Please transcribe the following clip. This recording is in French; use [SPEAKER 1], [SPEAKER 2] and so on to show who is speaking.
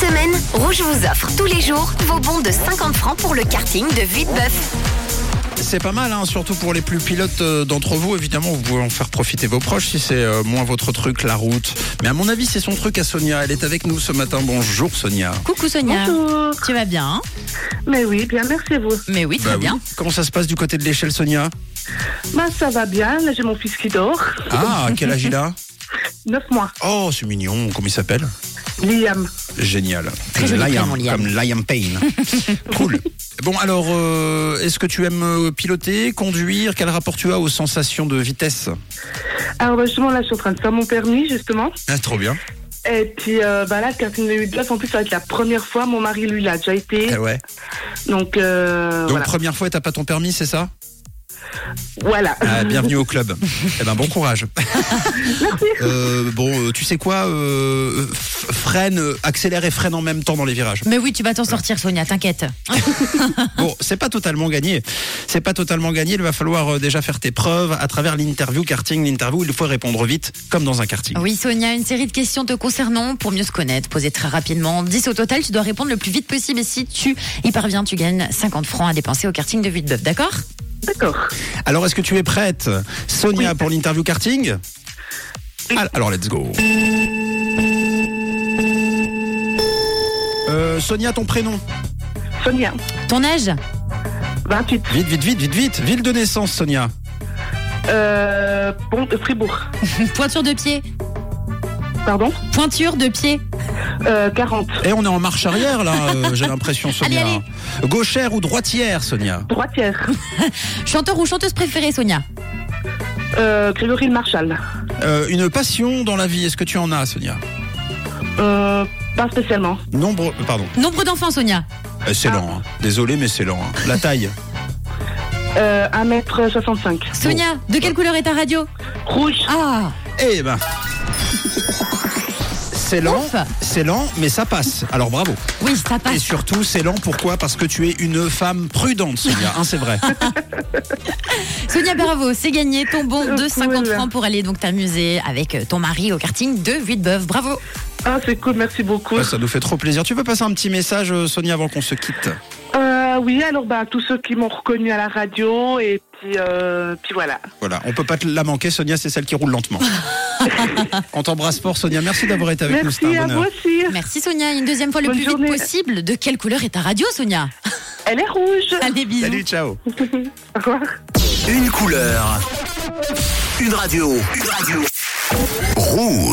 [SPEAKER 1] semaine, Rouge vous offre tous les jours vos bons de 50 francs pour le karting de Vitebeuf.
[SPEAKER 2] C'est pas mal, hein, surtout pour les plus pilotes euh, d'entre vous. Évidemment, vous pouvez en faire profiter vos proches si c'est euh, moins votre truc, la route. Mais à mon avis, c'est son truc à Sonia. Elle est avec nous ce matin. Bonjour Sonia.
[SPEAKER 3] Coucou Sonia,
[SPEAKER 4] Bonjour.
[SPEAKER 3] tu vas bien hein Mm.
[SPEAKER 4] Mais oui, bien, merci à vous.
[SPEAKER 3] Mais oui, très
[SPEAKER 2] Bah oui.
[SPEAKER 3] bien.
[SPEAKER 2] Comment ça se passe du côté de l'échelle, Sonia
[SPEAKER 4] Bah, ça va bien. Là, j'ai mon fils qui dort.
[SPEAKER 2] Ah, quel âge il a
[SPEAKER 4] 9 mois.
[SPEAKER 2] Oh, c'est mignon. Comment il s'appelle
[SPEAKER 4] Liam.
[SPEAKER 2] Génial.
[SPEAKER 3] Très joli prénom, Liam.
[SPEAKER 2] comme Liam Payne. cool. Bon, alors, euh, est-ce que tu aimes euh, piloter, conduire Quel rapport tu as aux sensations de vitesse
[SPEAKER 4] Alors, bah, justement, là, je suis en train de faire mon permis, justement.
[SPEAKER 2] ah, Trop bien.
[SPEAKER 4] Et puis, euh, bah, là, le karting de 8 places, en plus, ça va être la première fois. Mon mari, lui, l'a déjà été.
[SPEAKER 2] Eh ouais.
[SPEAKER 4] Donc, euh,
[SPEAKER 2] Donc,
[SPEAKER 4] voilà.
[SPEAKER 2] première fois, t'as pas ton permis, c'est ça
[SPEAKER 4] Voilà.
[SPEAKER 2] Ah, bienvenue au club. Eh ben bon courage. Euh, bon, euh, tu sais quoi euh, f- Freine, euh, accélère et freine en même temps dans les virages.
[SPEAKER 3] Mais oui, tu vas t'en sortir Sonia, t'inquiète.
[SPEAKER 2] Bon, c'est pas totalement gagné. C'est pas totalement gagné. Il va falloir euh, déjà faire tes preuves à travers l'interview karting. L'interview, il faut répondre vite, comme dans un karting.
[SPEAKER 3] Oui Sonia, une série de questions te concernant pour mieux se connaître, posées très rapidement. 10 au total, tu dois répondre le plus vite possible et si tu y parviens, tu gagnes 50 francs à dépenser au karting de Vitebeuf, d'accord
[SPEAKER 4] D'accord.
[SPEAKER 2] Alors, est-ce que tu es prête, Sonia, pour l'interview karting Al- Alors, let's go. Euh, Sonia, ton prénom
[SPEAKER 4] Sonia,
[SPEAKER 3] Ton âge
[SPEAKER 4] 28.
[SPEAKER 2] Vite, vite, vite, vite, vite. Ville de naissance, Sonia.
[SPEAKER 4] Euh, bon, euh, Fribourg.
[SPEAKER 3] Pointure de pied
[SPEAKER 4] Pardon
[SPEAKER 3] Pointure de pied
[SPEAKER 4] euh, 40.
[SPEAKER 2] Et Eh, on est en marche arrière là, euh, j'ai l'impression Sonia.
[SPEAKER 3] Allez,
[SPEAKER 2] Gauchère ou droitière Sonia
[SPEAKER 4] Droitière.
[SPEAKER 3] Chanteur ou chanteuse préférée Sonia
[SPEAKER 4] Euh, Grégory Le Marshall.
[SPEAKER 2] Euh, Une passion dans la vie, est-ce que tu en as Sonia
[SPEAKER 4] Euh, pas spécialement.
[SPEAKER 2] Nombre, euh, pardon,
[SPEAKER 3] Nombre d'enfants Sonia
[SPEAKER 2] Euh, c'est lent, hein. désolé mais c'est lent. hein. La taille,
[SPEAKER 4] Euh, 1m65.
[SPEAKER 3] Sonia, de quelle couleur est ta radio
[SPEAKER 4] Rouge.
[SPEAKER 3] Ah
[SPEAKER 2] eh ben... C'est lent,
[SPEAKER 3] Ouf. Ah.
[SPEAKER 2] c'est lent, mais ça passe. Alors bravo.
[SPEAKER 3] oui, ça
[SPEAKER 2] Et
[SPEAKER 3] passe.
[SPEAKER 2] surtout, c'est lent pourquoi Parce que tu es une femme prudente, Sonia. Hein, c'est vrai.
[SPEAKER 3] Sonia bravo, c'est gagné ton bon de 50
[SPEAKER 4] Cool.
[SPEAKER 3] francs pour aller donc t'amuser avec ton mari au karting de Vitebeuf. Bravo.
[SPEAKER 4] Ah, c'est cool, merci beaucoup.
[SPEAKER 3] Bah,
[SPEAKER 2] Ouais, ça nous fait trop plaisir. Tu veux passer un petit message, euh, Sonia, avant qu'on se quitte
[SPEAKER 4] Euh, oui, alors bah, tous ceux qui m'ont reconnu à la radio et puis, euh, puis voilà.
[SPEAKER 2] Voilà, on peut pas te la manquer. Sonia, c'est celle qui roule lentement. on t'embrasse fort, Sonia. Merci d'avoir été avec nous.
[SPEAKER 4] Merci
[SPEAKER 2] C'était un
[SPEAKER 4] à
[SPEAKER 2] bonheur.
[SPEAKER 4] vous aussi.
[SPEAKER 3] Merci Sonia, une deuxième fois le
[SPEAKER 4] Bonne
[SPEAKER 3] plus
[SPEAKER 4] journée.
[SPEAKER 3] vite possible. De quelle couleur est ta radio Sonia
[SPEAKER 4] Elle est rouge.
[SPEAKER 3] Allez bisous.
[SPEAKER 2] Salut, ciao.
[SPEAKER 4] Au revoir.
[SPEAKER 5] Une couleur. Une radio. Une radio. Rouge.